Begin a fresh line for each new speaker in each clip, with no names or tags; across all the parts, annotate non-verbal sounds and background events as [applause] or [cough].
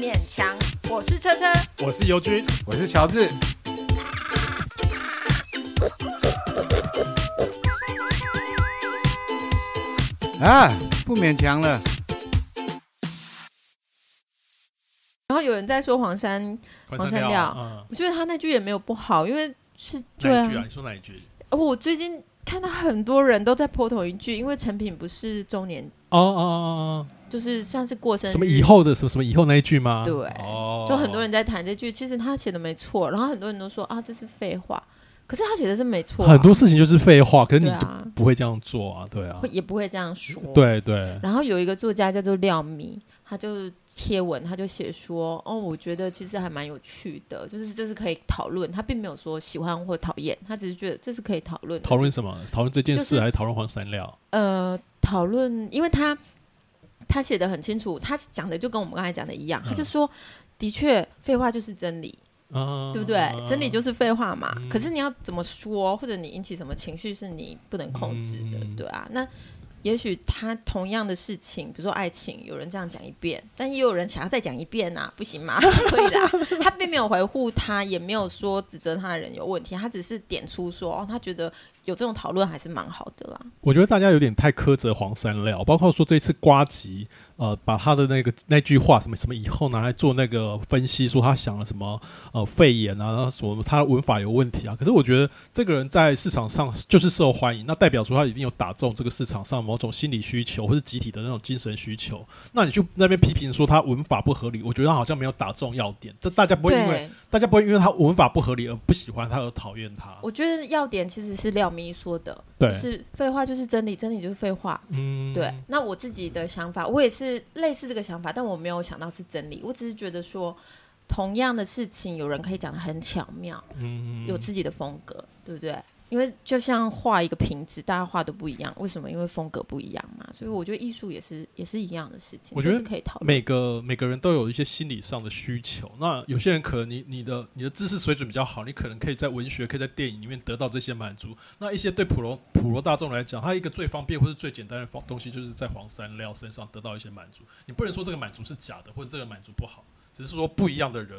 勉强。我是车车，
我是尤军，
我是乔治。啊，不勉强了。
然后有人在说黄山，黄山料
嗯，
我觉得他那句也没有不好，因为是对
哪一句
啊
啊？。你说哪一句？
哦我最近看到很多人都在泼同一句，因为成品不是周年，
哦哦哦
就是像是过生
哦，
日，
什么以后的什么什么以后那一句吗？
对
哦，
就很多人在谈这句，其实他写的没错，然后很多人都说啊这是废话，可是他写的是没错啊、
很多事情就是废话，可是你
对
就
啊，
不会这样做啊，对啊
会，也不会这样说。。啊
对对，
然后有一个作家叫做廖米，他就贴文，他就写说，哦，我觉得其实还蛮有趣的，就是这是可以讨论。他并没有说喜欢或讨厌，他只是觉得这是可以讨论的
讨论什么？讨论这件
就
事
是
还是讨论黄山料？
呃，讨论，因为他他写的很清楚，他讲的就跟我们刚才讲的一样，他就说，的确，废话就是真理，
嗯，
对不对？真理就是废话嘛。
嗯
可是你要怎么说，或者你引起什么情绪，是你不能控制的，
嗯
对啊？那也许他同样的事情，比如说爱情，有人这样讲一遍，但也有人想要再讲一遍啊，不行
[laughs]
吗？可以的啊。他并没有回护他，也没有说指责他的人有问题，他只是点出说，哦，他觉得有这种讨论还是蛮好的啦。
我觉得大家有点太苛责黄山料，包括说这次瓜吉，呃，把他的那个那句话什么什么以后拿来做那个分析，说他想了什么呃肺炎啊，然后什么他的文法有问题啊。可是我觉得这个人在市场上就是受欢迎，那代表说他一定有打中这个市场上某种心理需求或是集体的那种精神需求。那你去那边批评说他文法不合理，我觉得他好像没有打中要点，这大家不会因为
对，
大家不会因为他文法不合理而不喜欢他而讨厌他。
我觉得要点其实是廖咪说的，
对
就是废话就是真理，真理就是废话。
嗯，
对，那我自己的想法，我也是类似这个想法，但我没有想到是真理，我只是觉得说，同样的事情，有人可以讲的很巧妙，
嗯，嗯
有自己的风格，对不对？因为就像画一个瓶子，大家画的不一样，为什么？因为风格不一样嘛。所以我觉得艺术也是也是一样的事情，
我觉得
这是可以讨论。
每个每个人都有一些心理上的需求。那有些人可能你你的你的知识水准比较好，你可能可以在文学、可以在电影里面得到这些满足。那一些对普罗普罗大众来讲，他一个最方便或是最简单的方东西，就是在黄山料身上得到一些满足。你不能说这个满足是假的，或者这个满足不好，只是说不一样的人，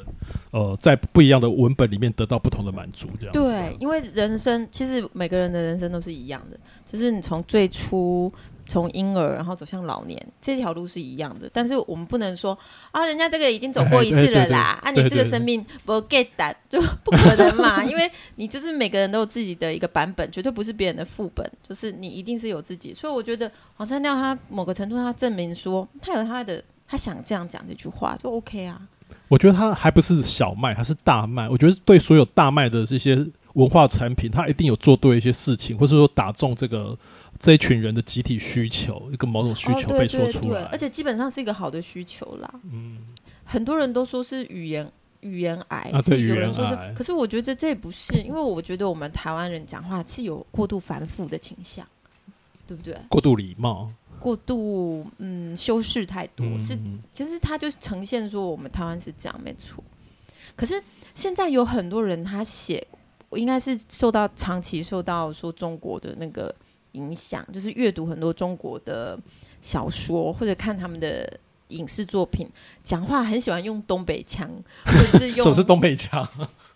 呃，在不一样的文本里面得到不同的满足，这样子
对，，因为人生其实每个人的人生都是一样的，就是你从最初从婴儿，然后走向老年，这条路是一样的。但是我们不能说啊，人家这个已经走过一次了啦，啊，
哎 [laughs] 对对对
你
对
这个生命不 get 的就不可能嘛，因为你就是每个人都有自己的一个版本，绝对不是别人的副本，就是你一定是有自己。所以我觉得黄山料他某个程度他证明说，他有他的，他想这样讲这句话就 OK 啊。
我觉得它还不是小麦，它是大麦。我觉得对所有大麦的这些文化产品，它一定有做对一些事情，或是说打中这个这一群人的集体需求，一个某种需求被说
哦、对
出
对对，
来。
而且基本上是一个好的需求啦。
嗯，
很多人都说是语言语言癌，
啊
是
对
有
语言
人说
癌
是，可是我觉得这也不是，因为我觉得我们台湾人讲话是有过度繁复的倾向，对不对？
过度礼貌，
过度嗯修饰太多，
嗯，
是其实它就呈现说我们台湾是这样没错。可是现在有很多人他写，应该是受到长期受到说中国的那个影响，就是阅读很多中国的小说或者看他们的影视作品，讲话很喜欢用东北腔，或者是用
[laughs] 什么是东北腔？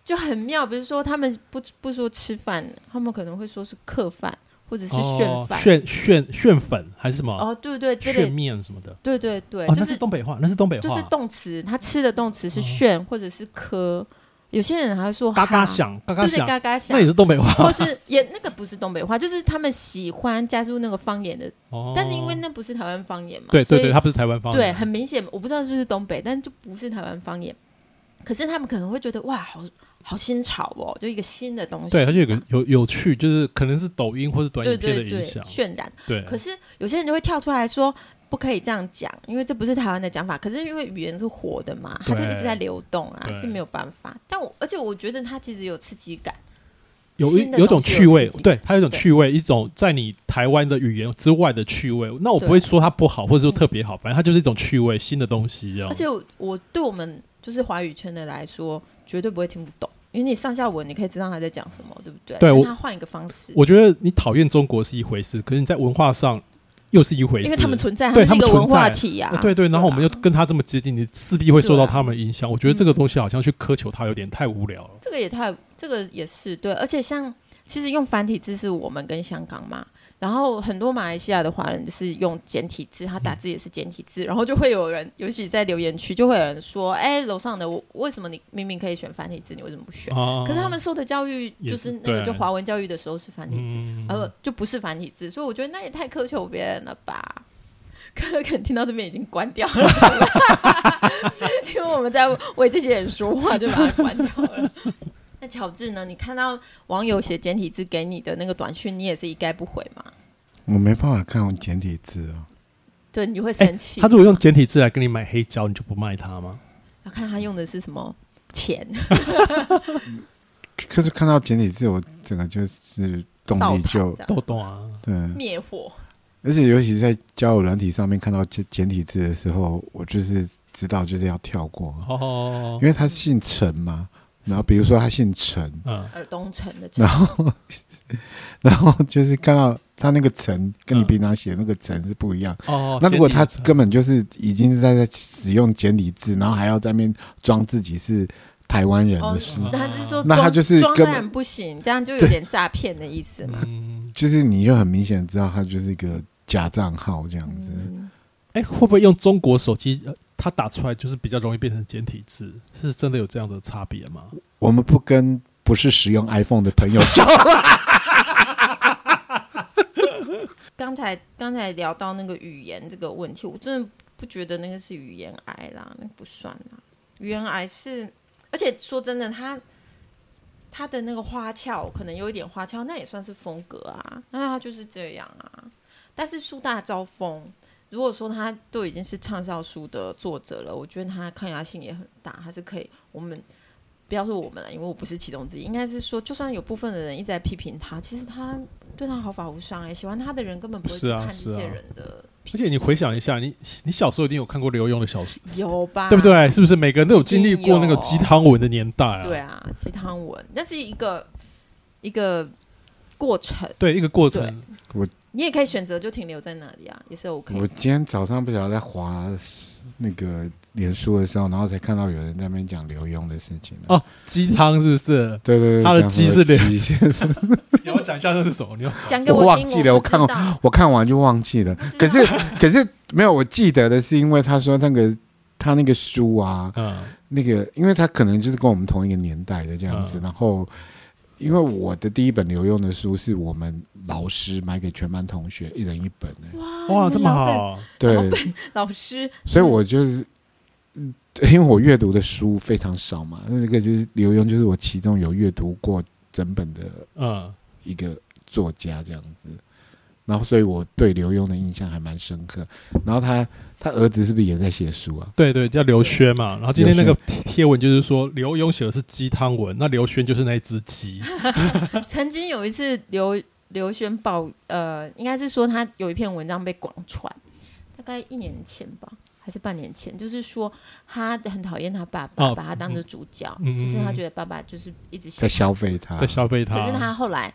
就很妙，比如说他们不不说吃饭，他们可能会说是客饭或者是炫
哦
饭。
炫炫炫粉还是什么？
哦，对对，这
炫
类，
面什么的？
对对对，
哦，
就
那
是
是东北话，那是东北话，
就是动词，它吃的动词是
哦
炫或者是磕，有些人还会说
嘎
哈，
嘎响，嘎嘎
就是
响，
嘎嘎响
那，也是 [laughs] 东北话。
或是也那个不是东北话，就是他们喜欢加入那个方言的，
哦
但是因为那不是台湾方言嘛，
对对
所以
对，它不是台湾方
对，
言，
很明显，我不知道是不是东北，但就不是台湾方言。可是他们可能会觉得哇，好好新潮哦，就一个新的东西，
对，它就有
这
个
样
有有趣，就是可能是抖音或是短
对
影片的
对
影
对
响，
渲染。
对。
可是有些人就会跳出来说，不可以这样讲，因为这不是台湾的讲法。可是因为语言是活的嘛，它
对
就一直在流动啊
对，
是没有办法。但我而且我觉得它其实有刺激感，
有一
新的
有一种
东西
趣
有
味
刺，激
对，它有一种
对
趣味，一种在你台湾的语言之外的趣味。那我不
对
会说它不好，或者说
嗯
特别好，反正它就是一种趣味，新的东西这样。
而且我我对我们就是华语圈的来说，绝对不会听不懂，因为你上下文你可以知道他在讲什么，对不对？
对
但
我
他换一个方式，
我觉得你讨厌中国是一回事，可是你在文化上又是一回事，
因为他们存在，
对
它是一
他
个
们存
文化
在
体呀、
呃对对，然后我们
啊
又跟他这么接近，你势必会受到
对啊
他们影响。我觉得这个东西好像去苛求他有点太无聊了。
这个也太，这个也是对，而且像其实用繁体字是我们跟香港嘛，然后很多马来西亚的华人就是用简体字，他打字也是简体字，然后就会有人，尤其在留言区就会有人说，哎，楼上的我为什么你明明可以选繁体字，你为什么不选？
啊，
可是他们受的教育
也
就是是那个
对
就华文教育的时候是繁体字，
嗯，
呃，就不是繁体字，所以我觉得那也太苛求别人了吧。 [laughs] 可可能听到这边已经关掉了， [laughs] 因为我们在为这些人说话，就把它关掉了。那乔治呢？你看到网友写简体字给你的那个短讯，你也是一概不回吗？
我没办法看简体字哦。
对，你会生
哎
气吗、
他如果用简体字来跟你买黑胶，你就不卖他吗？
要看他用的是什么钱，
可是看到简体字，我整个就是动
倒
力
塔
就
这样
都懂啊，
对，
灭火。
而且尤其在交友软体上面看到简简体字的时候，我就是知道就是要跳过，
哦
因，为他姓陈嘛。然后比如说他姓陈，
嗯，
尔东城的
然后然后就是看到他那个陈跟你平常写的那个陈是不一样。
哦，
那如果他
简体字
根本就是已经是在在使用简体字，然后还要在那边装自己是台湾人
哦
的事，，
那他是说
那他
装
就是
装
根
当
本
然不行，这样就有
对
点诈骗的意思嘛。
[laughs]
嗯，
就是你就很明显知道他就是一个假账号这样子。
嗯
哎，会不会用中国手机，呃它打出来就是比较容易变成简体字？是真的有这样的差别吗？
嗯
我们不跟不是使用 iPhone 的朋友交，
刚才刚才聊到那个语言这个问题，我真的不觉得那个是语言癌啦，那不算啦。语言癌是，而且说真的，他他的那个花俏可能有一点花俏，那也算是风格啊，那他就是这样啊。但是树大招风，如果说他都已经是畅销书的作者了，我觉得他抗压性也很大，还是可以。我们不要说我们了，因为我不是其中之一，应该是说，就算有部分的人一直在批评他，其实他对他毫发无伤哎、喜欢他的人根本不会去
是啊
看
是
这
啊
些人的
而
批评、
且你回想一下，你你小时候一定有看过刘墉的小说，
有啊吧？
对不？对？是不是每个人都有经历过那个
一定有
鸡汤文的年代啊？
对啊，鸡汤文，那是一个一个过程，
对，一个过程
对。你也可以选择就停留在那里啊，也是 OK
我。今天早上不晓得在滑那个脸书的时候，然后才看到有人在那边讲刘墉的事情。
哦鸡汤是不
[laughs]
是？
对对对，
他的
讲
鸡
什
是
么
刘
鸡 [laughs]
你要讲一下那是什么？你要讲
讲给
我忘
听，
记了
我
我看
过
过， [laughs] 我看完就忘记了。
不
可
知
是可是没有，我记得的是因为他说那个他那个书啊，
[laughs]
嗯
那个因为他可能就是跟我们同一个年代的这样子，
嗯
然后。因为我的第一本留用的书是我们老师买给全班同学一人一本的，
哇
[laughs] 哇，这么，
你
好，
对，
们老板老师，
所以我就是，嗯，因为我阅读的书非常少嘛，那这个就是刘墉，就是我其中有阅读过整本的
嗯，
一个作家这样子，然后所以我对刘墉的印象还蛮深刻。然后他他儿子是不是也在写书啊？
对对，叫刘轩嘛。然后今天那个
[laughs]
贴文就是说，刘墉写的是鸡汤文，那刘轩就是那一只鸡。
曾经有一次刘刘轩报，呃，应该是说他有一篇文章被广传，大概一年前吧，还是半年前，就是说他很讨厌他爸爸，
哦
把他当做主角，
嗯
就是他觉得爸爸就是一直
在消费他
在，消费他，
可是他后来，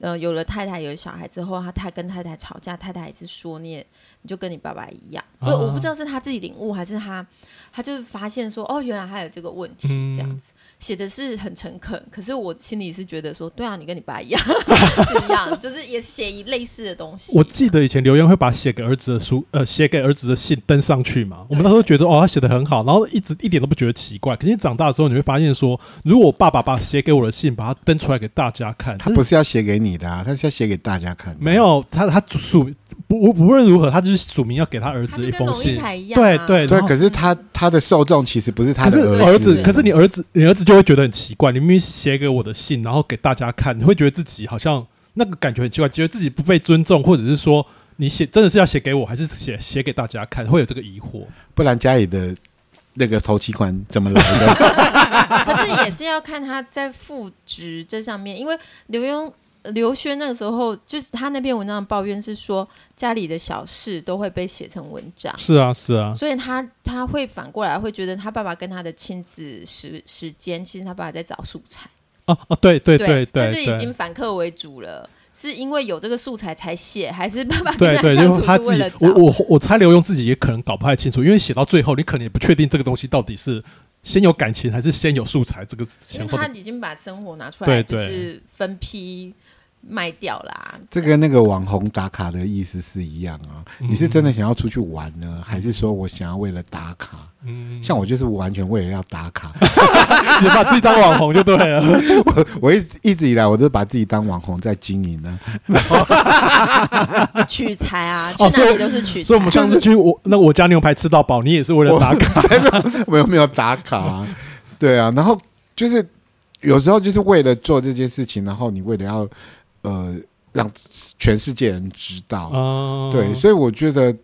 呃，有了太太，有了小孩之后，他太跟太太吵架，太太也是说你也你就跟你爸爸一样。不，
啊
我不知道是他自己领悟，还是他他就是发现说，哦，原来还有这个问题，
嗯
这样子写的是很诚恳，可是我心里是觉得说，对啊，你跟你爸一样， [laughs] 是一样，就是也是写一类似的东西。
我记得以前刘墉会把写给儿子的书，呃，写给儿子的信登上去嘛。我们那时候觉得哦，他写的很好，然后一直一点都不觉得奇怪。可是你长大之后，你会发现说，如果我爸爸把写给我的信，把它登出来给大家看，
他不是要写给你的、啊，他是要写给大家看的。
没，有他他署不无无论如何，他就是署名要给他儿
他
子
就
一
跟
封
龙应
信。
台一样、
对
啊，
对，
对
然，后
可是他他的受众其实不是
可
他
是
的
儿
子
子，，可
对
是你儿子，你儿子就会觉得很奇怪。你明明写给我的信，然后给大家看，你会觉得自己好像那个感觉很奇怪，觉得自己不被尊重，或者是说你写真的是要写给我，还是写写给大家看，会有这个疑惑。
不然家里的那个头期款怎么来的？
[laughs]
[laughs] 可是也是要看他在副职这上面，因为刘墉、呃刘轩那个时候，就是他那篇文章的抱怨是说，家里的小事都会被写成文章，
是啊，是啊，
所以他他会反过来会觉得他爸爸跟他的亲子时时间，其实他爸爸在找素材，
哦哦，对对对
但
对，
是已经反客为主了。是因为有这个素材才写，还是爸爸跟
对
[laughs] 他
对，
相
就
处
是他
是
自
为
己
了，找
我我我猜刘墉自己也可能搞不太清楚，因为写到最后，你可能也不确定这个东西到底是先有感情还是先有素材，这个
因
前
为
后
他
的
已经把生活拿出
对
来，就
对
是分批卖掉啦。
这跟那个网红打卡的意思是一样啊。
嗯
你是真的想要出去玩呢，还是说我想要为了打卡？
嗯， [laughs]
像我就是完全为了要打卡， [laughs]
你把自己当网红就
[laughs]
对了。
我我一直一直以来我都把自己当网红在经营啊呢、
取材啊，去
哦
哪里都是取材。
所以我们上次去我那我家牛排吃到饱，你也是为了打卡，
[laughs] 我又没有打卡、对啊，然后就是有时候就是为了做这件事情，然后你为了要呃让全世界人知道，
嗯，
对，所以我觉得，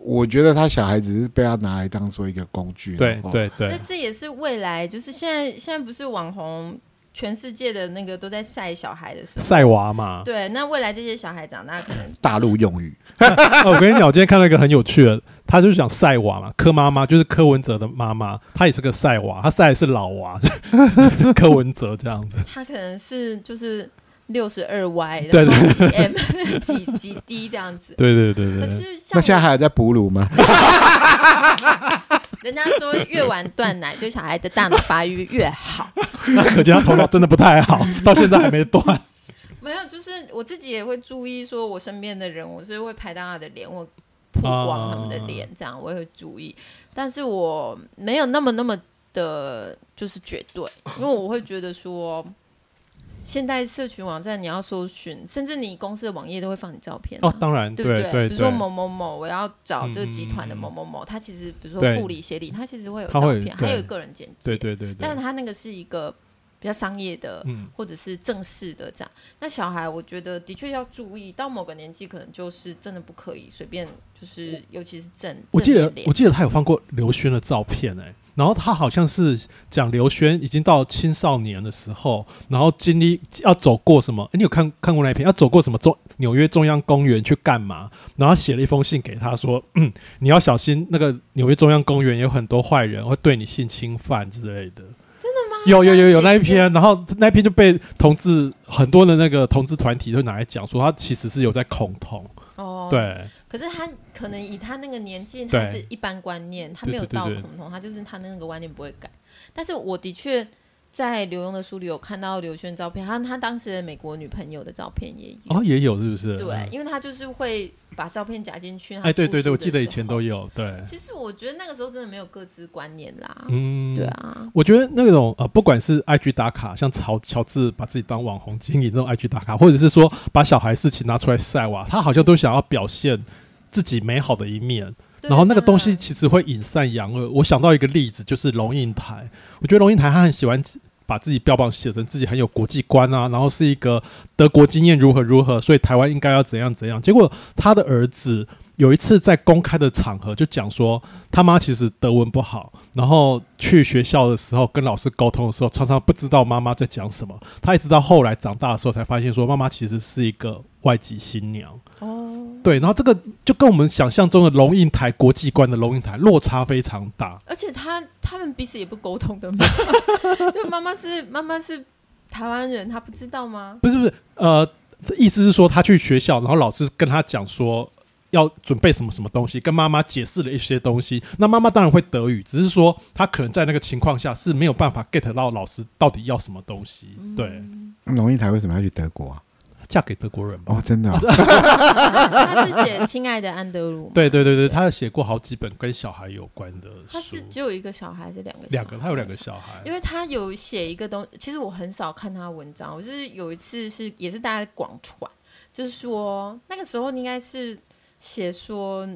我觉得他小孩只是被他拿来当做一个哦工具，
对
然后
对
那
对，
这也是未来，就是现在现在不是网红，全世界的那个都在晒小孩的时候。
晒娃嘛。
对，那未来这些小孩长大可能
大陆用语，
哦，我跟你讲，我今天看到一个很有趣的，他就是讲晒娃嘛，柯妈妈就是柯文哲的妈妈，她也是个晒娃，她晒的是老娃， [laughs] 柯文哲这样子。
他可能是就是六十二 Y，
对对
几 M 哎 [laughs] 几几 D 这样子。
对对对
可
对
是
对，
像
那现在
我
还有在哺乳 [laughs] 吗？
人家说越晚断奶对小孩的大脑发育越好，
那可见他头脑真的不太好，到现在还没
[laughs]
断。
没有，就是我自己也会注意，说我身边的人，我是会拍到他的脸，我曝光他们的脸，这样我也会注意。但是我没有那么那么的，就是绝对，因为我会觉得说，现在社群网站你要搜寻，甚至你公司的网页都会放你照片、啊。
哦，当然，
对
对
不
对，
比如说
对
某某某，我要找这个集团的
嗯
某某某，他其实比如
对
说副理、协理，他其实会有
他
照
会
片，还
对
有个人简介，
对对对对，
但是他那个是一个比较商业的，
嗯，
或者是正式的这样。那小孩，我觉得的确要注意，到某个年纪，可能就是真的不可以随便，就是尤其是正
我记得
正面
我
脸
记得他有放过刘轩的照片哎、然后他好像是讲刘轩已经到青少年的时候，然后经历要走过什么？诶哎你有看看过那一篇？要走过什么中纽约中央公园去干嘛？然后他写了一封信给他说，嗯，你要小心那个纽约中央公园有很多坏人会对你性侵犯之类的。真的吗？有有有有
这
那
样
一
写这个
篇，然后那一篇就被同志很多的那个同志团体就拿来讲说，他其实是有在恐同，
哦，。
对
可是他可能以他那个年纪，
对
他是一般观念，他没有
对对
到
对对
恐同，他就是他那个观念不会改。但是我的确在刘墉的书里有看到刘轩照片，他他当时的美国女朋友的照片也有。
哦也有是不是？
对，因为他就是会把照片夹进去。他
哎，
啊
对
出
对
书
对，我
的
记得
时
以前
候
都。有，对，
其实我觉得那个时候真的没有各自观念啦。
嗯，
对。啊，
我觉得那种呃，不管是 IG 打卡，像乔乔治把自己当网红经营这种 IG 打卡，或者是说把小孩事情拿出来晒哇，他好像都想要表现自己美好的一面。
对
然后那个
当
东西
然
其实会引善扬恶。我想到一个例子，就是龙应台。我觉得龙应台他很喜欢把自己标榜写成自己很有国际观啊，然后是一个德国经验如何如何，所以台湾应该要怎样怎样。结果他的儿子有一次在公开的场合就讲说，他妈其实德文不好，然后去学校的时候跟老师沟通的时候，常常不知道妈妈在讲什么。他一直到后来长大的时候才发现，说妈妈其实是一个外籍新娘。
哦，
对，然后这个就跟我们想象中的龙应台国际观的龙应台落差非常大。
而且他他们彼此也不沟通的
[laughs]
嘛。对，妈妈是妈妈是台湾人，他不知道吗？
不是不是，呃，意思是说他去学校，然后老师跟他讲说要准备什么什么东西，跟妈妈解释了一些东西。那妈妈当然会德语，只是说他可能在那个情况下是没有办法 get 到老师到底要什么东西。
嗯
对，
龙应台为什么要去德国啊？
嫁给德国人吧。
哦，真的、哦，
他是写《亲爱的安德鲁》吗，
对对对对，他有写过好几本跟小孩有关的
哦他
书
是，只有一个小孩还是两个？
两个，他有两个。小孩啊
因。为他有写一个东，其实我很少看他文章，我就是有一次是也是大家广传，就是说那个时候应该是写说，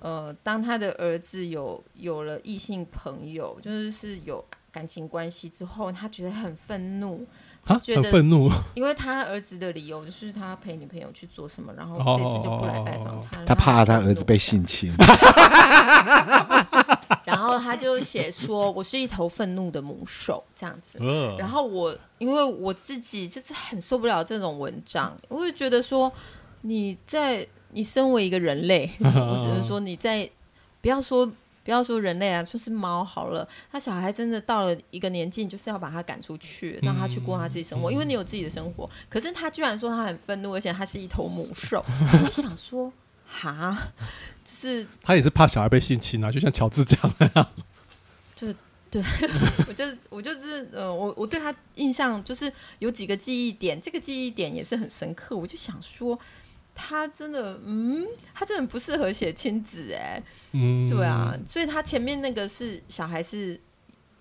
呃，当他的儿子有有了异性朋友，就是是有感情关系之后，他觉得很愤怒，
啊，
觉
很
得
愤怒， [laughs]
因为他儿子的理由就是他陪女朋友去做什么，然后这次就不来拜访他。
[laughs] 他怕他
然后
儿子被性 [laughs] 侵，
然后他就写说：“我是一头愤怒的母兽。”这样子。
呃
然后我因为我自己就是很受不了这种文章，我就觉得说 [laughs] 你在你身为一个人类，我只能说你在不要说。不要说人类啊，说是猫好了，他小孩真的到了一个年纪，你就是要把他赶出去，让他去过他自己生活，因为你有自己的生活。可是他居然说他很愤怒，而且他是一头母兽，我就想说，哈，就是
他也是怕小孩被性侵啊，就像乔治讲的，
我就是我就是呃，我我对他印象就是有几个记忆点，这个记忆点也是很深刻。我就想说，他真的，嗯，他真的不适合写亲子哎、
嗯，
对啊，，所以他前面那个是小孩是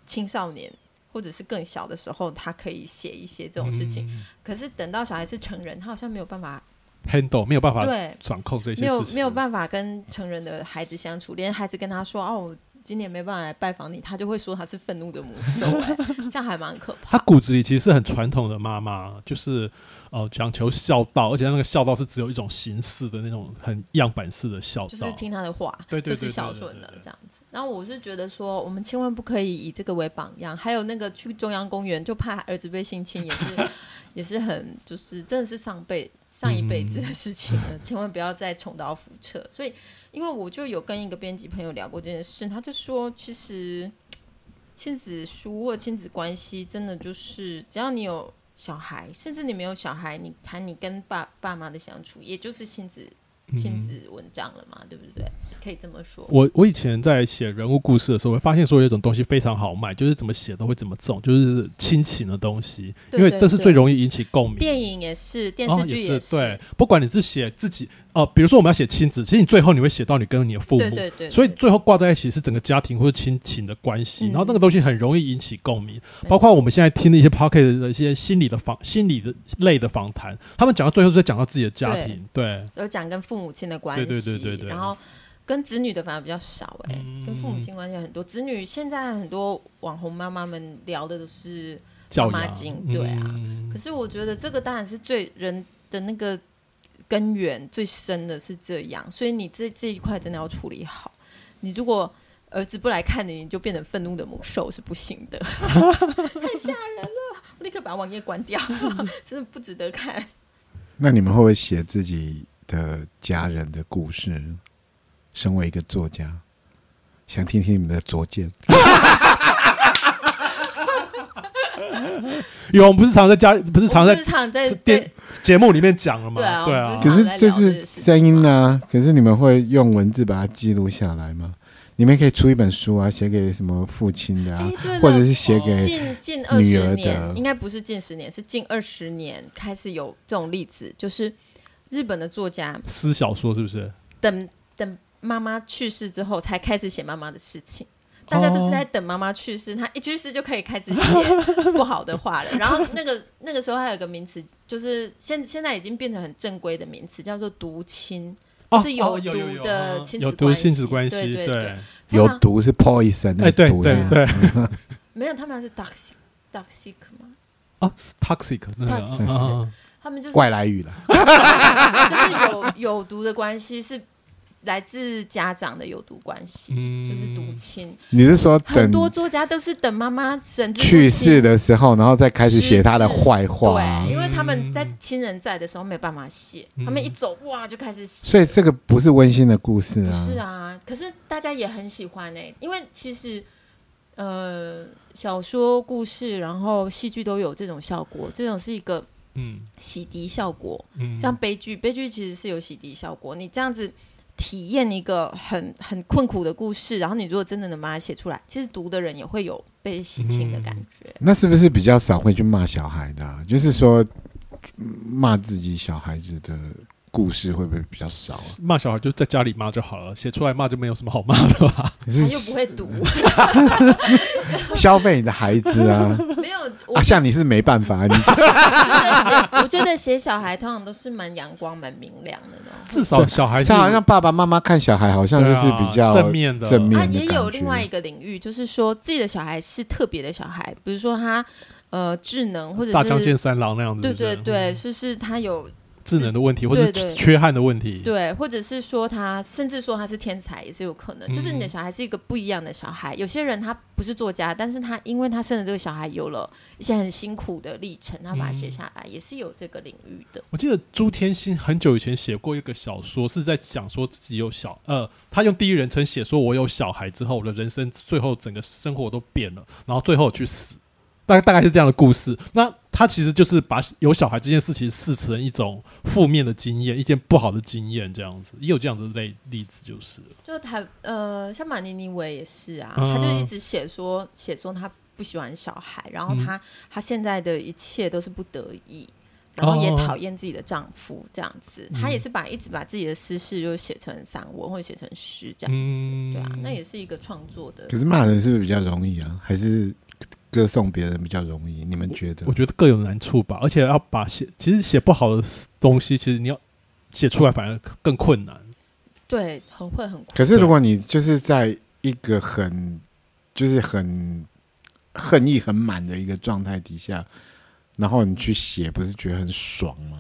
青少年或者是更小的时候，他可以写一些这种事
嗯
情。可是等到小孩是成人，他好像没有办法，
handle 没有办法
对，
掌控这些
没有
事情，
没有办法跟成人的孩子相处，连孩子跟他说哦。我今年没办法来拜访你，他就会说他是愤怒的母兽、
[laughs]
哎，这样还蛮可怕的。
她骨子里其实是很传统的妈妈，就是呃讲求孝道，而且那个孝道是只有一种形式的那种很样板式的孝道，
就是听他的话，
对对对
就是孝顺的这样子。然后我是觉得说，我们千万不可以以这个为榜样。还有那个去中央公园，就怕儿子被性侵，也是 [laughs] 也是很就是真的是上辈上一辈子的事情了，
[laughs]
千万不要再重蹈覆辙。所以，因为我就有跟一个编辑朋友聊过这件事，他就说，其实亲子书或亲子关系，真的就是只要你有小孩，甚至你没有小孩，你谈你跟爸爸妈的相处，也就是亲子亲
嗯
子文章了嘛，对不对？可以这么说。
我我以前在写人物故事的时候，会发现说有一种东西非常好卖，就是怎么写都会怎么中，就是亲情的东西，
对
因为这是
对
最容易引起共鸣。
电影也是，电
哦
视剧
也
是，
对，不管你是写自己哦、比如说我们要写亲子，其实你最后你会写到你跟你的父母，
对对对，
所以
对
最后挂在一起是整个家庭或者亲情的关系，
嗯
然后那个东西很容易引起共鸣。
没
包括我们现在听的一些 p o c k e t 的一些心理的访、心理的类的访谈，他们讲到最后是在讲到自己的家庭，对，
有讲跟父母亲的关系，
对对对对对
然后跟子女的反而比较少、哎、
嗯
跟父母亲关系很多。子女现在很多网红妈妈们聊的都是，
教
妈妈
养
经，对啊
嗯
可是我觉得这个当然是最人的那个根源最深的是这样，所以你这这一块真的要处理好。你如果儿子不来看你，你就变成愤怒的母兽是不行 [laughs] 的，太吓人了！我立刻把网页关掉，真的不值得看。
那你们会不会写自己的家人的故事？身为一个作家，想听听你们的拙见。
有我们不是常在家，不是常
我
在
们日常在
是电节目里面讲了嘛？
对啊
对
我们
啊
不常在
可是这
聊这
是
个事情
声音啊，可是你们会用文字把它记录下来吗？你们可以出一本书啊，写给什么父亲的啊
哎，对了
或者是写给
近近二
女
十
儿
年
的，
应该不是近十年，是近二十年开始有这种例子，就是日本的作家
私小说是不是？
等等妈妈去世之后才开始写妈妈的事情。大家都是在等妈妈去世，她一去世就可以开始写不好的话了。然后那个那个时候还有一个名词，就是现现在已经变成很正规的名词，叫做毒亲，
哦
是
哦有有
毒
有
的
啊
亲
有
子
毒亲子关
关
系，
对对。通
有
常
毒是 poison 那
哎，对
个毒
对
的
对啊
对，
没有，他们是 toxic toxic 吗？
哦是，toxic 那个
Toxic
嗯嗯嗯
他们就是
外来语了。
就是有有毒的关系是来自家长的有毒关系，
嗯
就是毒亲。
你是说
很
等
多作家都是等妈妈甚至
去世的时候，然后再开始写他的
失智
坏话啊、
对，因为他们在亲人在的时候没办法写，他们一走哇就开始写。
所以这个不是温馨的故事
不
啊。
是啊，可是大家也很喜欢哎、因为其实呃小说故事，然后戏剧都有这种效果，这种是一个
嗯
洗涤效果。
嗯，
像悲剧，悲剧其实是有洗涤效果。你这样子体验一个很很困苦的故事，然后你如果真的能把它写出来，其实读的人也会有被洗清的感觉。
那是不是比较少会去骂小孩的啊、就是说，嗯骂自己小孩子的故事会不会比较少、啊？
骂小孩就在家里骂就好了，写出来骂就没有什么好骂的
[laughs]
吧？
你
他又
是
不会读，
消费你的孩子啊？
没有我
啊，像你是没办法，
[laughs]
你
觉得写，我觉得写小孩通常都是蛮阳光、蛮明亮的那种。
至少小孩子
像好像爸爸妈妈看小孩，好像就
对啊
是比较
正面的
正面
啊，
的
也
感
有
觉
另外一个领域，就是说自己的小孩是特别的小孩，比如说他呃智能或者
大将
是
见三郎那样子，
对对
是不是
对，，就是他有
智能的问题，或者是
对对
缺憾的问题。
对，或者是说他，甚至说他是天才也是有可能，就是你的
嗯
小孩是一个不一样的小孩。有些人他不是作家，但是他因为他生了这个小孩，有了一些很辛苦的历程，他把它写下来，也是有这个领域的。
我记得朱天心很久以前写过一个小说，是在讲说自己有小呃，他用第一人称写说我有小孩之后，我的人生最后整个生活都变了，然后最后去死，大大概是这样的故事。那他其实就是把有小孩这件事情视成一种负面的经验，一件不好的经验这样子，也有这样子的例例子就是了。
就台呃，像马尼尼维也是啊，
嗯
他就一直写说写说他不喜欢小孩，然后
嗯
他、他现在的一切都是不得已，然后也
哦哦哦
讨厌自己的丈夫这样子。
哦
他也是把一直把自己的私事就写成散文或者写成诗这样子，
嗯
对啊，那也是一个创作的
可是骂人是不是比较容易啊？还是歌颂别人比较容易？你们觉得
我？觉得各有难处吧，而且要把写其实写不好的东西，其实你要写出来反而更困难。
对，很会很
可是如果你就是在一个很就是很恨意很满的一个状态底下，然后你去写，不是觉得很爽吗？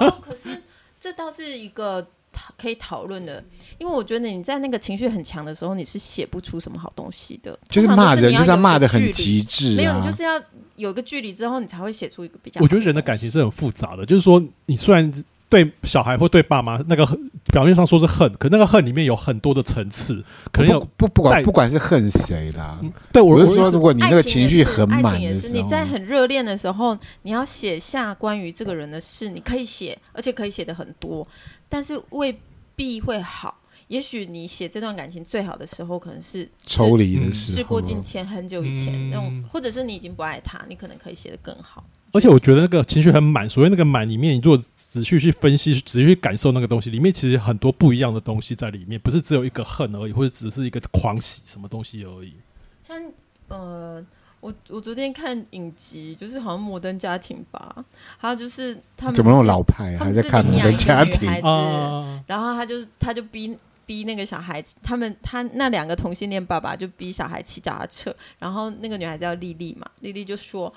哦，可是这倒是一个讨可以讨论的，因为我觉得你在那个情绪很强的时候，你是写不出什么好东西的，
就是
通常
骂人，
你
就
要
是要骂的
有
很
一个距离
极致、啊。
没有，你就是要有个距离之后，你才会写出一个比较。
我觉得人的感情，是很复杂的，就是说，你虽然对小孩或对爸妈那个恨表面上说是恨，可那个恨里面有很多的层次，可能有
不不不管
带
不管是恨谁啦，
嗯对我
我
我
是说，如果你那个
爱情也
情绪
是
很
爱
满
情也
的
是
时
你
候，
在很热恋的时候，你要写下关于这个人的事，你可以写，而且可以写的很多，但是未必会好。也许你写这段感情最好的时候，可能是
抽离的
嗯
时候，
事过境迁，很久以前、那种
嗯，
或者是你已经不爱他，你可能可以写得更好。
而且我觉得那个情绪很满，所谓那个满里面，你如果仔细去分析、仔细去感受那个东西，里面其实很多不一样的东西在里面，不是只有一个恨而已，或者只是一个狂喜什么东西而已。
像呃，我我昨天看影集，就是好像《摩登家庭》吧，还有就是他们
怎么那
是
么老派、啊，
他
还
们
在
是
看
领
我
养
的
一个
家
女
庭？
孩子，
啊，
然后他就他就逼逼那个小孩子，他们他那两个同性恋爸爸就逼小孩骑脚踏车，然后那个女孩子叫丽丽嘛，丽丽就说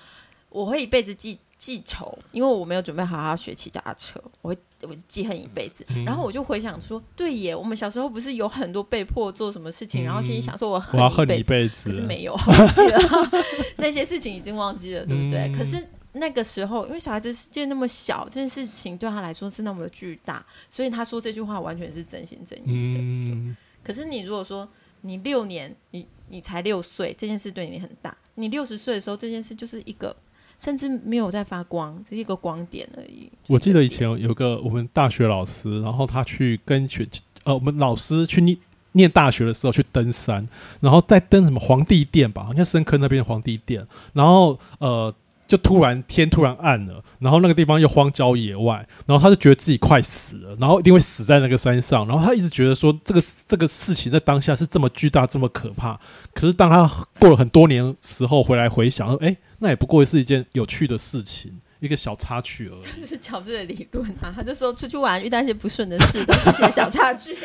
我会一辈子记记仇，因为我没有准备好好学骑脚踏车，我会我就记恨一辈子。
嗯
然后我就回想说，对耶，我们小时候不是有很多被迫做什么事情，
嗯
然后心里想说我
我要
恨
恨
你
你
一
一
辈子，
辈
可是
子。
没有忘记了 [laughs] 那些事情已经忘记了，对不对？
嗯
可是那个时候，因为小孩子世界那么小，这件事情对他来说是那么的巨大，所以他说这句话完全是真心真意的。
嗯，
可是你如果说你六年，你你才六岁，这件事对你很大；你六十岁的时候，这件事就是一个甚至没有在发光，只是一个光点而已。
我记得以前有个我们大学老师，然后他去跟学呃，我们老师去念念大学的时候去登山，然后在登什么皇帝殿吧，好像深坑那边的皇帝殿，然后呃。就突然天突然暗了，然后那个地方又荒郊野外，然后他就觉得自己快死了，然后一定会死在那个山上，然后他一直觉得说这个这个事情在当下是这么巨大这么可怕，可是当他过了很多年时候回来回想说，哎，那也不过是一件有趣的事情，一个小插曲而已。
就是乔治的理论啊，他就说出去玩遇到一些不顺的事，都是一些小插
[laughs]
曲。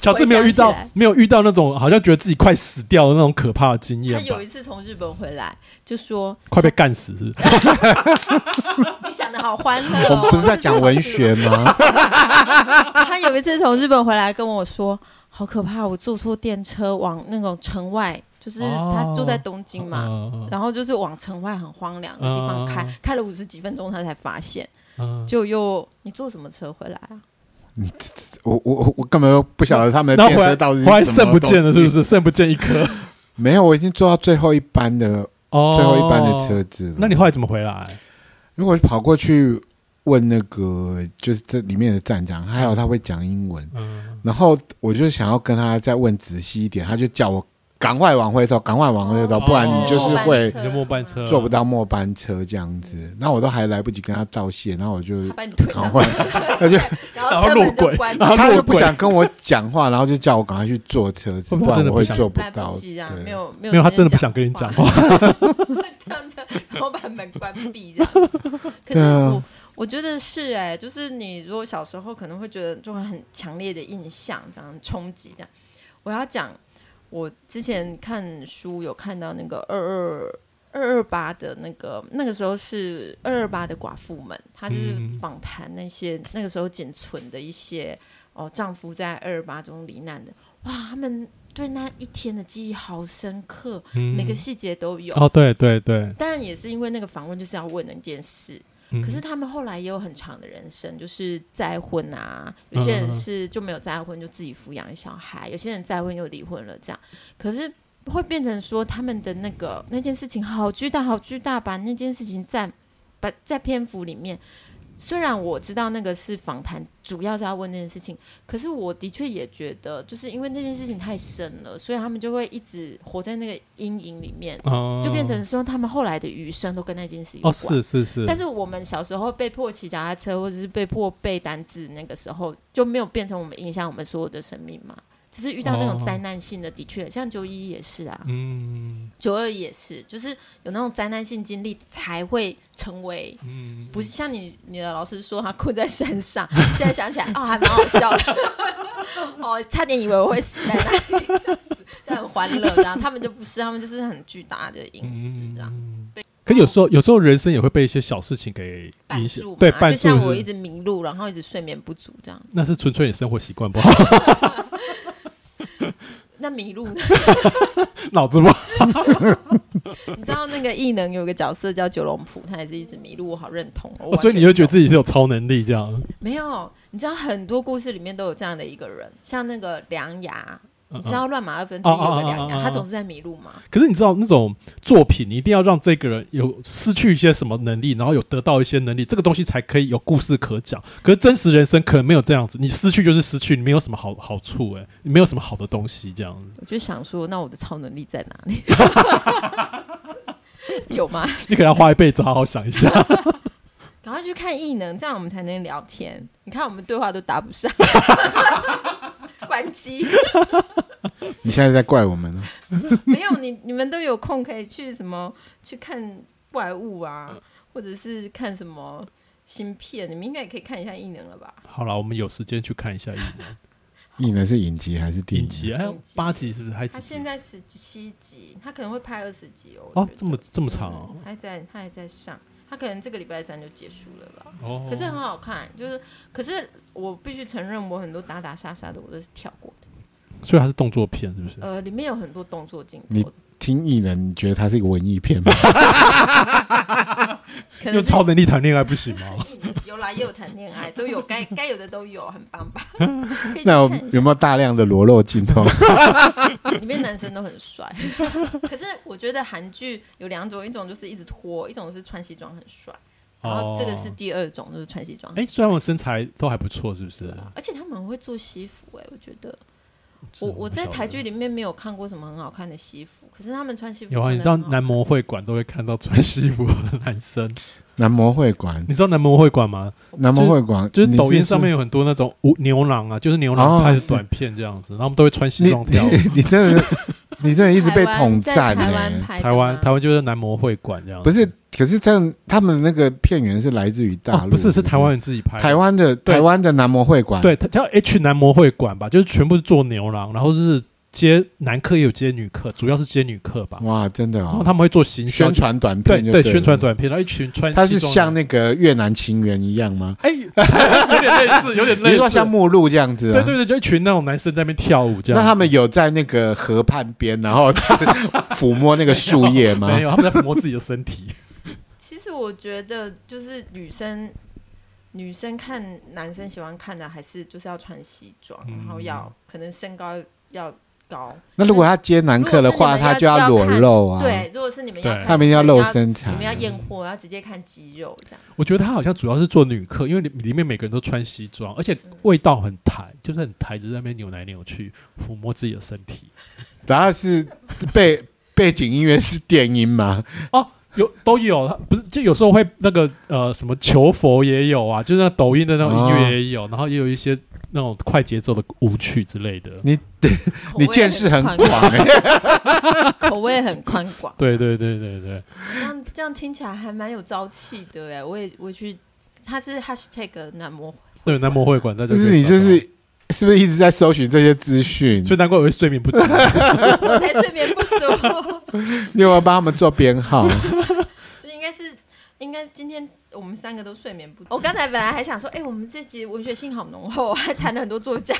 乔治没有遇
回
到
想起来
没有遇到那种好像觉得自己快死掉的那种可怕的经验
他有
吧
一？次从日本回来，就说
快被干死是不是？
你想的好欢乐、 [laughs]
我
哦。啊
们不是在讲文
[laughs]
学吗？
他有一次从日本回来跟我说，好可怕，我坐错电车往那种城外，就是
哦
他住在东京
哦
嘛，
嗯
然后就是往城外很荒凉的地方开，
嗯
开了五十几分钟，他才发现，
嗯
就又你坐什么车回来啊？
[laughs] 我我我我根本不晓得他们的
然后
电
回
车
来
到底是
回来
什么
剩不见了，
东西
是不？是？剩不见一颗
没有，我已经坐到最后一班的
哦，
[laughs] 最后一班的车。子了。
那你后来怎么回来？
如果跑过去问那个就是这里面的站长，还好他会讲英文，
嗯，
然后我就想要跟他再问仔细一点，他就叫我赶快往回走，赶快往回走，
哦
不然你就是会
末班车啊
你就末班车啊
坐不。到末班车这样子。那我都还来不及跟他道谢，然后我就
他把你推
赶
上
快，他就
然后车门就关起
然后
来，
他
路
又不
轨
想跟我讲话，然后就叫我赶快去坐车子，
会不会
不
他
然
真的
我会
不想
做不
来
到
不。及啊，
对
没有没有
没有，他
时间
真的不想跟你讲话。
这样子，然后把门关闭这样子。可是
对啊
我我觉得是哎、就是你如果小时候可能会觉得就会很强烈的印象，这样冲击这样。我要讲，我之前看书有看到那个二二。二二八的那个，那个时候是二二八的寡妇们，她是
嗯
访谈那些、那个时候仅存的一些哦，丈夫在二二八中罹难的，哇，他们对那一天的记忆好深刻，
嗯
每个细节都有。
哦，对对对，
当然也是因为那个访问就是要问那件事，
嗯
可是他们后来也有很长的人生，就是再婚啊，有些
嗯
人是就没有再婚，就自己抚养小孩；有些人再婚又离婚了，这样。可是会变成说他们的那个那件事情好巨大，好巨大，把那件事情占把在篇幅里面。虽然我知道那个是访谈，主要是要问那件事情，可是我的确也觉得，就是因为那件事情太深了，所以他们就会一直活在那个阴影里面，
哦
就变成说他们后来的余生都跟那件事有关。
哦，是是是，
但是我们小时候被迫骑脚踏车，或者是被迫背单字，那个时候就没有变成我们影响我们所有的生命嘛。只是遇到那种
哦
灾难性的，的确，像九一也是啊，
嗯
九二也是，就是有那种灾难性经历才会成为，
嗯，
不是像你你的老师说他困在山上，现在想起来哦，还蛮好笑的， [laughs] 哦，差点以为我会死在那里， [laughs] 这样子就很欢乐这样，他们就不是，他们就是很巨大的影子这样。
嗯可有时候，有时候人生也会被一些小事情给
绊
影响
住，嘛，
对，绊
就
住
像我
是
一直迷路，然后一直睡眠不足这样子。
那是纯粹你生活习惯不好， [laughs]
那迷路呢？
脑子不好。
你知道那个异能有个角色叫九龙浦，他也是一直迷路，我好认同哦。
哦所以你就觉得
己
自己是有超能力这样？
没有？你知道很多故事里面都有这样的一个人，像那个梁牙，
嗯
你知道乱马二分之一
哦
有
哦
个
哦
梁
哦哦
牙，他总是在迷路嘛。
可是你知道那种作品，你一定要让这个人有失去一些什么能力，然后有得到一些能力，这个东西才可以有故事可讲。可是真实人生可能没有这样子，你失去就是失去，你没有什么好好处、欸，你没有什么好的东西这样子，
我就想说，那我的超能力在哪
[laughs]
里？有吗？
你可能要花一辈子好好想一下。
[laughs] 赶快去看异能，这样我们才能聊天。你看我们对话都搭不
[laughs]
上，关机。
你现在在怪我们呢？
[laughs] 没有你，你们都有空可以去什么去看怪物
嗯
啊，或者是看什么芯片，你们应该也可以看一下异能了吧？
好了，我们有时间去看一下影
异能是影集还是电
影
影？
集，还有
影集
八集是不是？还
他
几集
现？在十七集，他可能会拍二十集哦。我
哦
觉，得
这么这么长哦
嗯还在他还在上，他可能这个礼拜三就结束了吧。
哦。
可是很好看，就是可是我必须承认，我很多打打杀杀的我都是跳过的。
所以它是动作片，是不是？
呃，里面有很多动作镜
你
头，
听异能，你觉得它是一个文艺片吗？
可能
用
是
超能力谈恋爱不行吗？
有啦，也有谈恋爱，都有该该有的都有，很棒
[laughs]
吧？可以去
[laughs] 那我
看一下
有没有大量的裸露镜头？ [laughs]
里面男生都很帅， [laughs] 可是我觉得韩剧有两种，一种就是一直拖，一种是穿西装很帅，然后这个是
哦
第二种，就是穿西装很
哎，虽然我身材都还不错，是不是？啊
帅，而且他们很会做西服、哎，我觉得
这
我
不
我在
啊晓得
台剧里面没有看过什么很好看的西服，可是他们穿西服
有啊，
真
你
的
知道
很好
男模会馆都会看到穿西服的男生，
男模会馆，
你知道男模会馆
[laughs]
吗？
男模会馆
就是抖音上。面
你
有很多那种无牛郎啊，就是牛郎
哦
拍的
是
短片这样子，然后他们都会穿西
你
装跳舞。
你你真的是，你真的一直被
台湾
统
在
战
台
呢、
湾拍的
欸台湾
吗
台湾就是男模会馆这样子，
不是，可是这样他们那个片源是来自于大
哦
陆，
不是是台湾人自己拍的。
台湾的
对
台湾的男模会馆，
对，它叫 H 男模会馆吧，就是全部是做牛郎，然后是接男客也有接女客，主要是接女客吧。
哇，真的
然后
哦，
他们会做行销
宣，传短
对
片就对
宣传
了，
短片，然后一群穿
它
西
是
装的
像那个越南情缘一样吗？
哎，有点类似，有点
你
类似，
是说像目录这样子、啊？
对对对，就一群那种男生在那边跳舞这样
那
子。
他们有在那个河畔边，然后 [laughs] 抚摸那个树叶吗？
没有，他们在抚摸自己的身体。 [laughs]
其实我觉得就是女生。女生看男生喜欢看的还是就是要穿西装，
嗯
然后要可能身高要高，
那如果他接男客的话，
如果是你
他
们
就
要
裸露啊，
对，如果是你们要
对
看，
他们要露身材
你们要验
[laughs]
货，要直接看肌肉这样。
我觉得他好像主要是做女客，因为里里面每个人都穿西装，而且味道很台，就是很台，只是在那边扭来扭去，抚摸自己的身体。
然后是背背景音乐是电音吗？
有都有，他不是就有时候会那个呃什么求佛也有啊，就是那抖音的那种音乐也
哦
有，然后也有一些那种快节奏的舞曲之类的。，
口味
你见识很
宽
广、欸，
[laughs] 口味很宽广
[laughs]
对对对对对，
这样这样听起来还蛮有朝气的哎。我也我去，他是 hashtag 男模，
对男模会馆大家
就
可以
是你
找
就
到
是是不是一直在搜寻这些资讯
所？以难怪我会睡眠不足。
我才睡眠不足。
你有没有帮他们做编号？
这应该是，应该今天我们三个都睡眠不足。我刚才本来还想说，哎、我们这集文学性好浓厚，还谈了很多作家。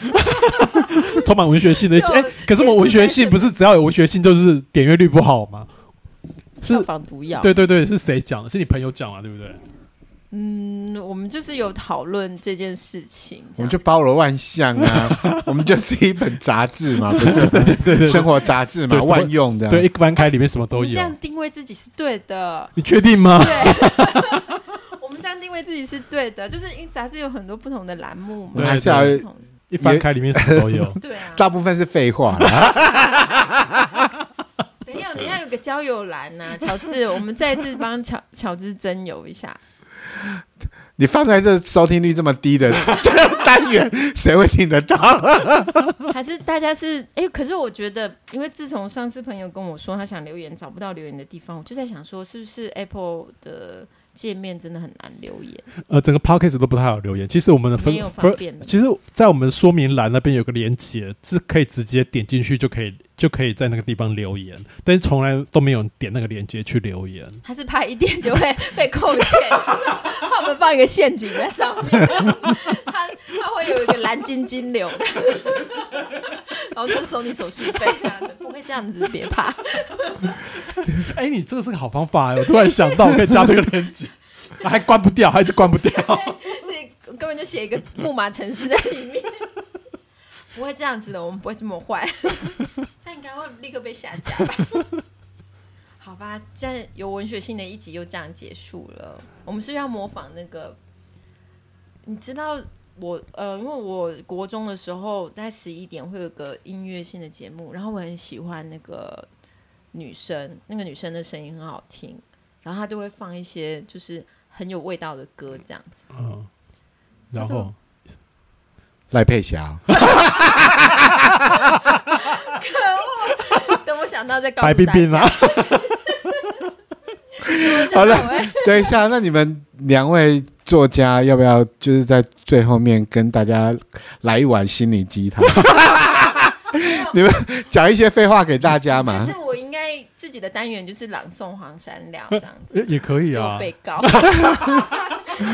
充满文学性的一集。
就
哎、可是我们文学性不是只要有文学性就是点阅率不好吗？是
药房毒药。
对对对，是谁讲的？是你朋友讲啊，对不对？
嗯，我们就是有讨论这件事情，
我
这样
们就包罗万象啊， [laughs] 我们就是一本杂志嘛，不是 [laughs] 吗？对对对生活杂志嘛
对，什么
万用的。
对，啊一翻开里面什么
我
都
们这
有。
样。定位自己是对的
你确定吗？
对，我们这样定位自己是对的，就是因为杂志有很多不同的栏目
我
嘛
们，还是
对
要
不同
一翻开里面什么都有。
对啊。
大部分是废话啦。 [laughs]
没有，你要有个交友栏呐、乔治，我们再次帮乔 [laughs] 乔治征友一下。
你放在这收听率这么低的单元， [laughs] 谁会听得到？ [laughs]
还是大家是哎、可是我觉得，因为自从上次朋友跟我说他想留言找不到留言的地方，我就在想说，是不是 Apple 的界面真的很难留言，
[laughs] 呃，整个 podcast 都不太好留言。其实我们的分
没有方
分，
便的。
其实，在我们说明栏那边有个连接，是可以直接点进去就可以，就可以在那个地方留言。但是从来都没有人点那个连接去留言。
他是怕一点就会被扣钱，怕我们放一个陷阱在上面，他他会有一个蓝晶晶流的，然后就收你手续费啊，不会这样子，别怕。
哎、你这个是个好方法、哎我突然想到，我可以加这个链 [laughs] 接，还关不掉，还是关不 [laughs] 掉。
[laughs] 对，根本就写一个木马城市在里 [laughs] 面。不会这样子的，我们不会这么坏。 [laughs] 这样应该会立刻被下架吧？ [laughs] 好吧，这样有文学性的一集又这样结束了。我们是要模仿那个，你知道我呃，因为我国中的时候在十一点会有个音乐性的节目，然后我很喜欢那个女生，那个女生的声音很好听，然后她就会放一些就是很有味道的歌这样子。
嗯，然
这是
后
我
赖佩霞，
等我想到再告诉
白
大
冰
家。
冰啊，
好了
我会
等一下，那你们两位作家要不要就是在最后面跟大家来一碗心灵鸡汤？ [laughs] 你们讲一些废话给大家
但
嘛
是？我应该自己的单元就是朗诵黄山料这样子，
也 [laughs] 也可以
结果
啊。
被
[laughs]
告。
你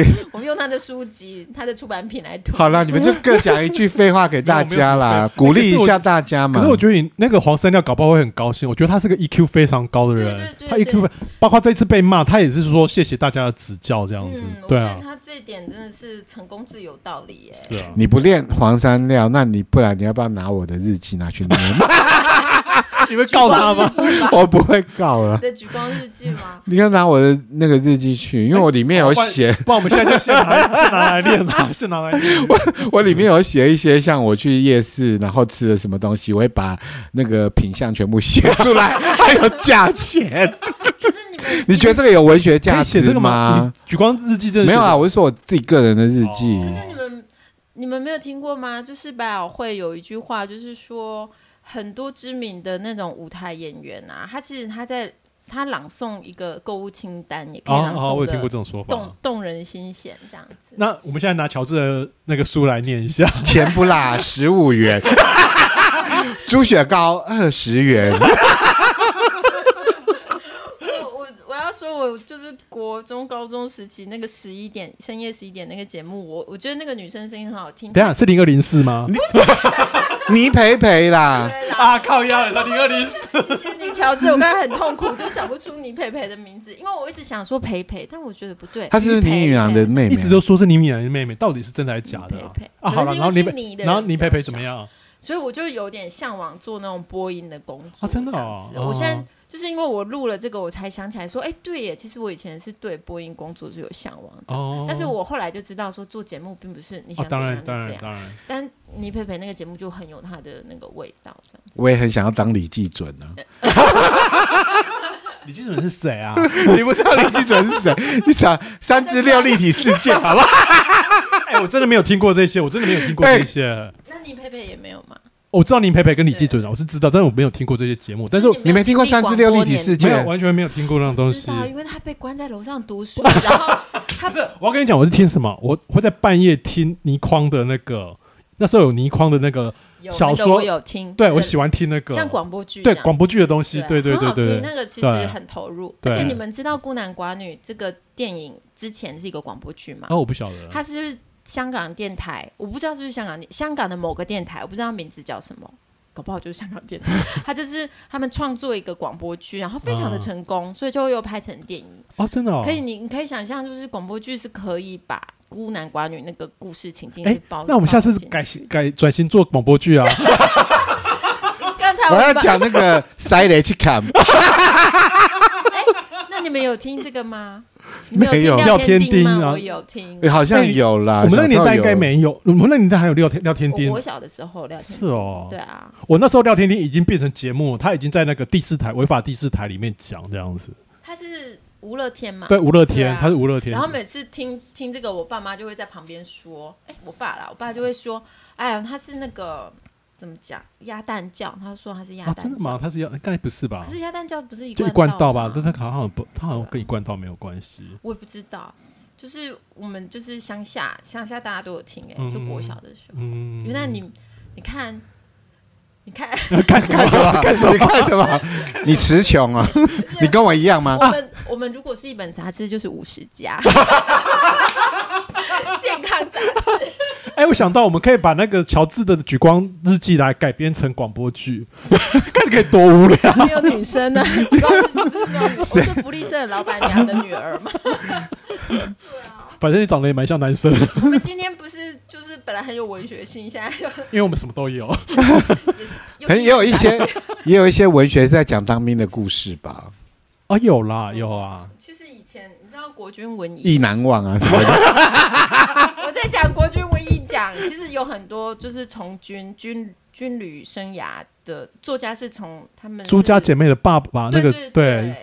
你我们用他的书籍、他的出版品来读。
好了，你们就各讲一句废话给大家
没有没
啦
有，
鼓励一下大家嘛。
可是我觉得你那个黄山料搞不好会很高兴，我觉得他是个 EQ 非常高的人，
对对对
他 EQ
对
非包括这次被骂，他也是说谢谢大家的指教这样子，
嗯，我觉
对
得
啊，
他这一点真的是成功是有道理耶。
是
[laughs]
啊，
你不练黄山料，那你不然你要不要拿我的日记拿去念？ [laughs]
你会告他吗？
日记吧？
我不会告了
[laughs] 你。的《举光日记》
[laughs]
吗？
你要拿我的那个日记去，因为我里面有写，
不然我们现在就先拿先拿来练啊，先拿来练。
[laughs] 我里面有写一些像我去夜市然后吃了什么东西，我会把那个品相全部写出来，还有价钱。
可是你们，
[laughs] 你觉得这个有文学 [laughs] 价
可以写
值
这个吗？你？举光日记真的
没有啊，
写
我是说我自己个人的日记。
可是你们你们没有听过吗？就是百老汇有一句话，就是说很多知名的那种舞台演员啊，他其实他在他朗诵一个购物清单，也可以
哦
朗
哦，我
诵
有听
的
过这种说法
动。动人心弦这样子。
那我们现在拿乔治的那个书来念
[laughs]
一下，
甜不辣十五 [laughs] 元，猪血糕二十元。
我我我要说，我就是国中、高中时期那个十一点深夜十一点那个节目，我我觉得那个女生声音很好听。
等一下是零二零四吗？
倪培培啦，
对啦
啊，靠腰了，他零二零四。
其实你乔治，我刚才很痛苦，就想不出你培培的名字，因为我一直想说培培，但我觉得不对。
她是不是倪女郎的妹妹啊
一直？都说是倪米兰的妹妹，到底是真的还是假的
倪
啊
佩佩？
啊，好了，
可能是因为
然后
姓
倪
倪
佩，
的人
然后倪佩
比
佩
较
怎么样？
所以我就有点向往做那种播音的工作
啊真的哦
这样子我现
哦
在就是因为我录了这个，我才想起来说，哎、对耶，其实我以前是对播音工作是有向往的。
哦，
但是我后来就知道说，做节目并不是你
啊
想，怎
当
样
然，
就
当
这
然，
样。
当然，
但倪佩佩那个节目就很有它的那个味道，这样。
我也很想要当李济准啊呢、
李基准是谁啊？
[laughs]
[laughs]
你不知道李济准是谁？ [laughs] 你想三只六立体世 [laughs] 界，好不好？
哎，我真的没有听过这些，我真的没有听过这些。
那倪佩佩也没有吗？
哦我知道倪佩佩跟李基
哎
准啊，我是知道，但是我没有听过这些节目，但是我
你没听过三四六立体世
没
界
有完全没有听过那种东
知
西。
道，因为他被关在楼上读
[laughs]
书，然后他
不是，我要跟你讲，我是听什么？我会在半夜听倪匡的那个，那时候有倪匡的那个
有
小
那个
说
我有听，
对我喜欢听那个
像广播剧一
对
样
广播剧的东西，对
对
对
啊很
对
好听
对，
那个其实
对
很投入。
对
而且你们知道《孤男寡女》这个电影之前是一个广播剧吗？
哦，我不晓得，
它是香港电台，我不知道是不是香港香港的某个电台，我不知道名字叫什么。搞不好就是香港电台， [laughs] 它就是他们创作一个广播剧，然后非常的
嗯
成功，所以就又拍成电影。
哦，真的哦，
可以，你你可以想象，就是广播剧是可以把孤男寡女那个故事情境
哎
是包。
那我们下次
包进去
改改转型做广播剧啊，
哦刚才
我要
把
讲那 [laughs] 个塞雷去砍，
那你们有听这个吗？你
没有
们有听
廖
廖天
天丁啊
吗？我有听，
诶好像有啦。
我们那个
啊小时
年
候
代应该
有
没有，我们那个年代还有廖天廖天
我
丁
我，小的时候廖天丁
是哦
对啊，
我那时候廖天丁已经变成节目，他已经在那个第四台违法第四台里面讲这样子，
他是吴乐天嘛，
对，吴乐
对
天，
啊
他是吴乐天
然，后每次听听这个，我爸妈就会在旁边说：“哎、我爸啦，我爸就会说，哎呀，他是那个怎么讲鸭蛋教，他说他是鸭
啊，
蛋教、
真的吗？他是要，应该不是吧
可？是鸭蛋教不是一
就一
贯
贯
道
道
吗啊
吧，但他好像不，他好像跟一贯道没有关系。
我也不知道，就是我们就是乡下，乡下大家都有听、哎、
嗯
就国小的时候，
嗯，
原来你你看，你看，
[laughs] 干干
[laughs]
什么？干什么？
[laughs] 你看什么？你词穷啊？你跟我一样
啊
吗？
我
[laughs]
们、我们如果是一本杂志，就是五十加。 [laughs] 健康杂志，
哎，我想到我们可以把那个乔治的《举光日记》来改编成广播剧， [laughs] 看可以多无聊。
没有女生啊呢、主要是不是没有女我是福利社的老板娘的女儿嘛。
反正你长得也蛮像男生的，
我们今天不是就是本来很有文学性，现在又
因为我们什么都有。
[laughs] 也是又
可能
是
也有一些，也有一些文学是在讲当兵的故事吧，
哦，有啦，有啊，
其实以前你知道国军文
意
艺，
难忘啊什么的。
我在讲国军文艺奖，其实有很多就是从军军军旅生涯的作家是从他们
朱家
是
姐妹的爸爸那
对
个，
嗯对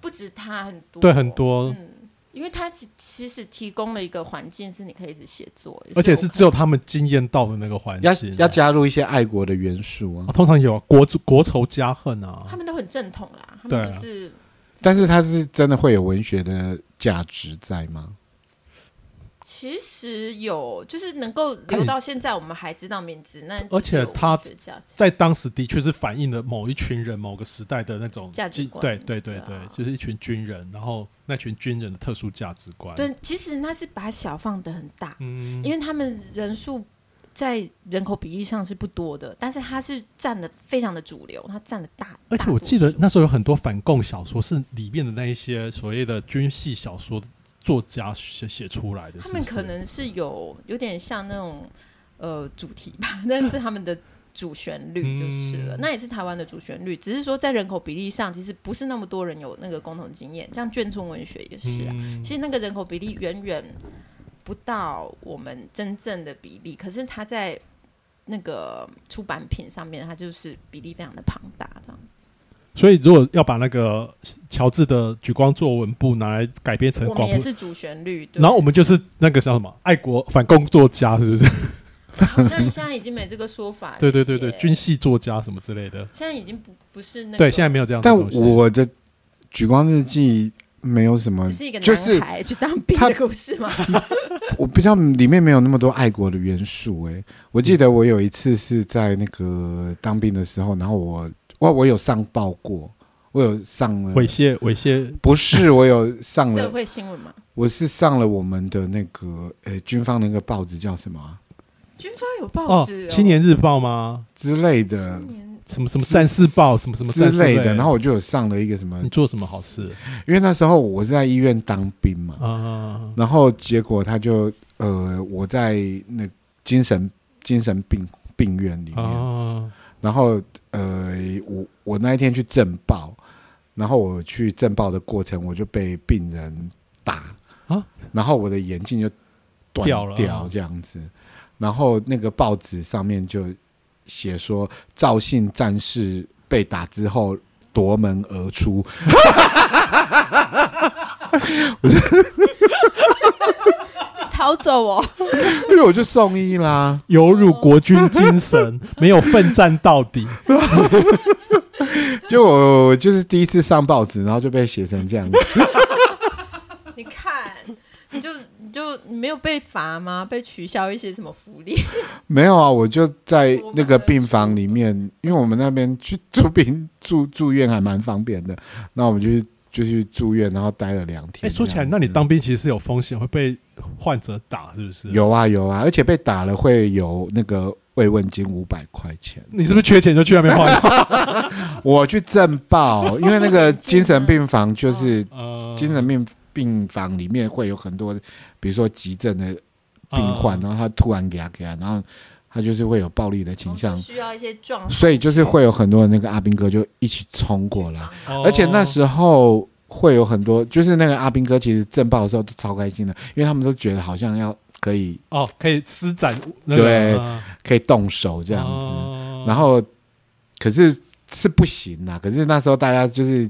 不止他很多
对很多，
嗯，因为他其其实提供了一个环境是你可以一直写作，
而且是
所以
只有他们经验到的那个环
要
境。啊
要加入一些爱国的元素啊
啊，，通常有啊国国仇家恨
我
啊
他。们都很正统啦，他
对
们
啊
就是
但是它是真的会有文学的价值在吗？
其实有就是能够留到现在，我们还知道名字，那
而且他
这样子，
在当时的确是反映了某一群人、某个时代的那种
价值
经
观
对对对
对
对
啊，
就是一群军人，然后那群军人的特殊价值观。，
对，其实那是把小放的很大，
嗯，
因为他们人数在人口比例上是不多的，但是他是占的非常的主流，他占了大，
而且我记
大多
得
数
那时候有很多反共小说是里面的那一些所谓的军系小说作家写写出来的，
他
是
们
不是
可能是有有点像那种呃主题吧， [laughs] 但是他们的主旋律就是了。
嗯
那也是台湾的主旋律，只是说在人口比例上，其实不是那么多人有那个共同经验。像眷村文学也是啊，
嗯
其实那个人口比例远远不到我们真正的比例，可是它在那个出版品上面，它就是比例非常的庞大，这样。
所以如果要把那个乔治的《举光作文簿》拿来改编成
我们
广
也
播。
是主旋律，对
然后我 [laughs] 们就是那个叫什么爱国反共作家，是不是？
好像现在已经没这个说法了。
[laughs] 对对对对，
耶
军系作家什么之类的。
现在已经不不是那个，
对，现在没有这样的
但
东西。
我的《举光日记》没有什么
只，是一个
嗯就是
男孩去当兵
他
的故事吗？
我比较里面没有那么多爱国的元素、欸。我记得我有一次是在那个当兵的时候，然后我我我有上报过，我有上了，
猥亵猥亵
不是我有上
社
了，
会新闻嘛，
我是上了我们的那个呃军方那个报纸叫什么啊、
军方有报
哦
纸、，
《青年日报》吗？
之类的
青年
什么什么战士报，什么什么
之
战士
类的，然后我就有上了一个什么
你，做什么好事
因为那时候我在医院当兵嘛， [laughs]
啊？
然后结果他就呃我在那精神精神病病院里面，
啊，
然后呃，我我那一天去震爆，然后我去震爆的过程，我就被病人打
啊，
然后我的眼镜就断
掉了啊
掉这样子，然后那个报纸上面就写说赵姓战士被打之后夺门而出，
逃走 [laughs] 哦，
因哎为我就送医啦，
有辱国军精神，
哦
[laughs] 没有奋战到
[laughs]
底。
就我我就是第一次上报纸，然后就被写成这样子，
你看，你就你就你没有被罚吗？被取消一些什么福利？
没有啊，我就在
我们
那个病房里面，因为我们那边去住病住住院还蛮方便的，那我们就去就去住院，然后待了两
哎、
天。
说起来，
这样
那你
子
当兵其实是有风险，会被患者打，是不是？，
有啊有啊，而且被打了会有那个慰问金五百块钱。
你是不是缺钱就去那边换？
我去震爆，因为那个精神病
[laughs]
房就是
呃，
精神病病房里面会有很多，比如说急症的病
嗯
患，
啊
然后他突然给他给他，然后他就是会有暴力的倾向
哦就，需要一些壮士
所以就是会有很多的那个阿兵哥就一起冲过来，
吧
呃，
而且那时候。会有很多，就是那个阿兵哥，其实震爆的时候都超开心的，因为他们都觉得好像要可以
哦哦，可以施展那个
对
呃
可以动手这样子，
哦
然后可是是不行啦，可是那时候大家就是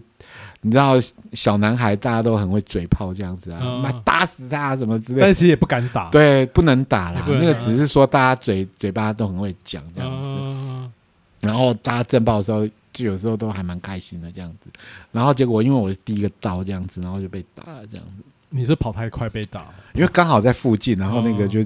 你知道小男孩大家都很会嘴炮这样子啊，
嗯
妈、打死他啊什么之类
但
的。
其实也不敢打，啊
对，不能打
也
啦，
不能
那
打
个只是说大家嘴嘴巴都很会讲这样子，
嗯，
然后大家震爆的时候，就有时候都还蛮开心的这样子，然后结果因为我是第一个到这样子，然后就被打了这样子，
你是跑太快被打，
因为刚好在附近，然后那个
嗯
就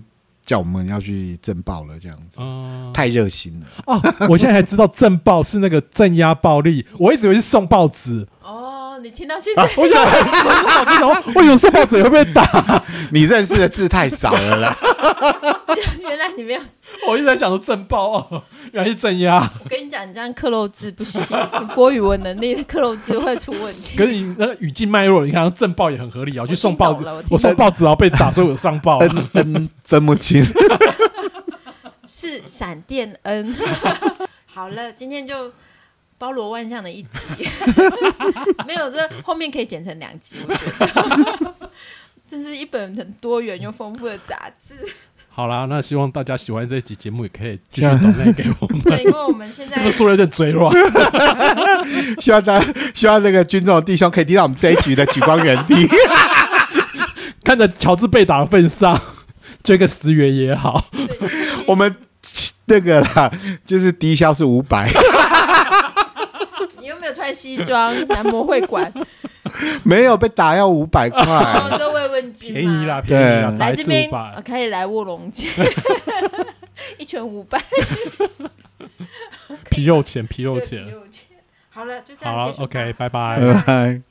叫我们要去震爆了这样子，
嗯，
太热心了。
哦，我现在才知道震爆是那个镇压暴力，我一直以为是送报纸，
哦，你听到现在
啊、我想我就想说为什么送报纸也会被打？
你认识的字太少了啦。
[laughs]
[laughs]
原来你没有，
[laughs] 我一直在想说震爆哦，原来是镇压，
我跟你讲，你这样克漏字不行， [laughs] 你国语文能力克漏字会出问题。
可是你那个语境脉络，你看震爆也很合理啊，我去送报
我
纸
听懂了我，听
我送报纸然后被 [laughs] 打，所以我上报啊。
恩恩分不清。
是闪电恩。 [laughs] 好了，今天就包罗万象的一集， [laughs] 没有这后面可以剪成两集，我觉得。 [laughs] 真是一本很多元又丰富的杂志，
好啦，那希望大家喜欢这一集节目，也可以 [laughs] 继续抖内给我们。
[laughs] 对，因为我们现在
这个数量有点嘴软，
希望大家，希望那个军中的弟兄可以听到我们这一局的举光原地。 [laughs]
看在乔治被打的份上， [laughs] 捐个十元也好。
对谢谢
[laughs]
我们 [laughs] 那个啦，就是低消是五百， [laughs]
你又没有穿西装，男模会馆，
没有被打要五百
然后
块。
这慰问金
便宜啦，
啦，
便宜啦，
来
对
百
这
四
边哦
五百。
可以来卧龙
[laughs]
街，一拳五百，
皮肉钱，皮肉
对
钱。
皮肉钱。好了，就这
好
样
了
结束吧。
，OK，拜拜。
拜拜。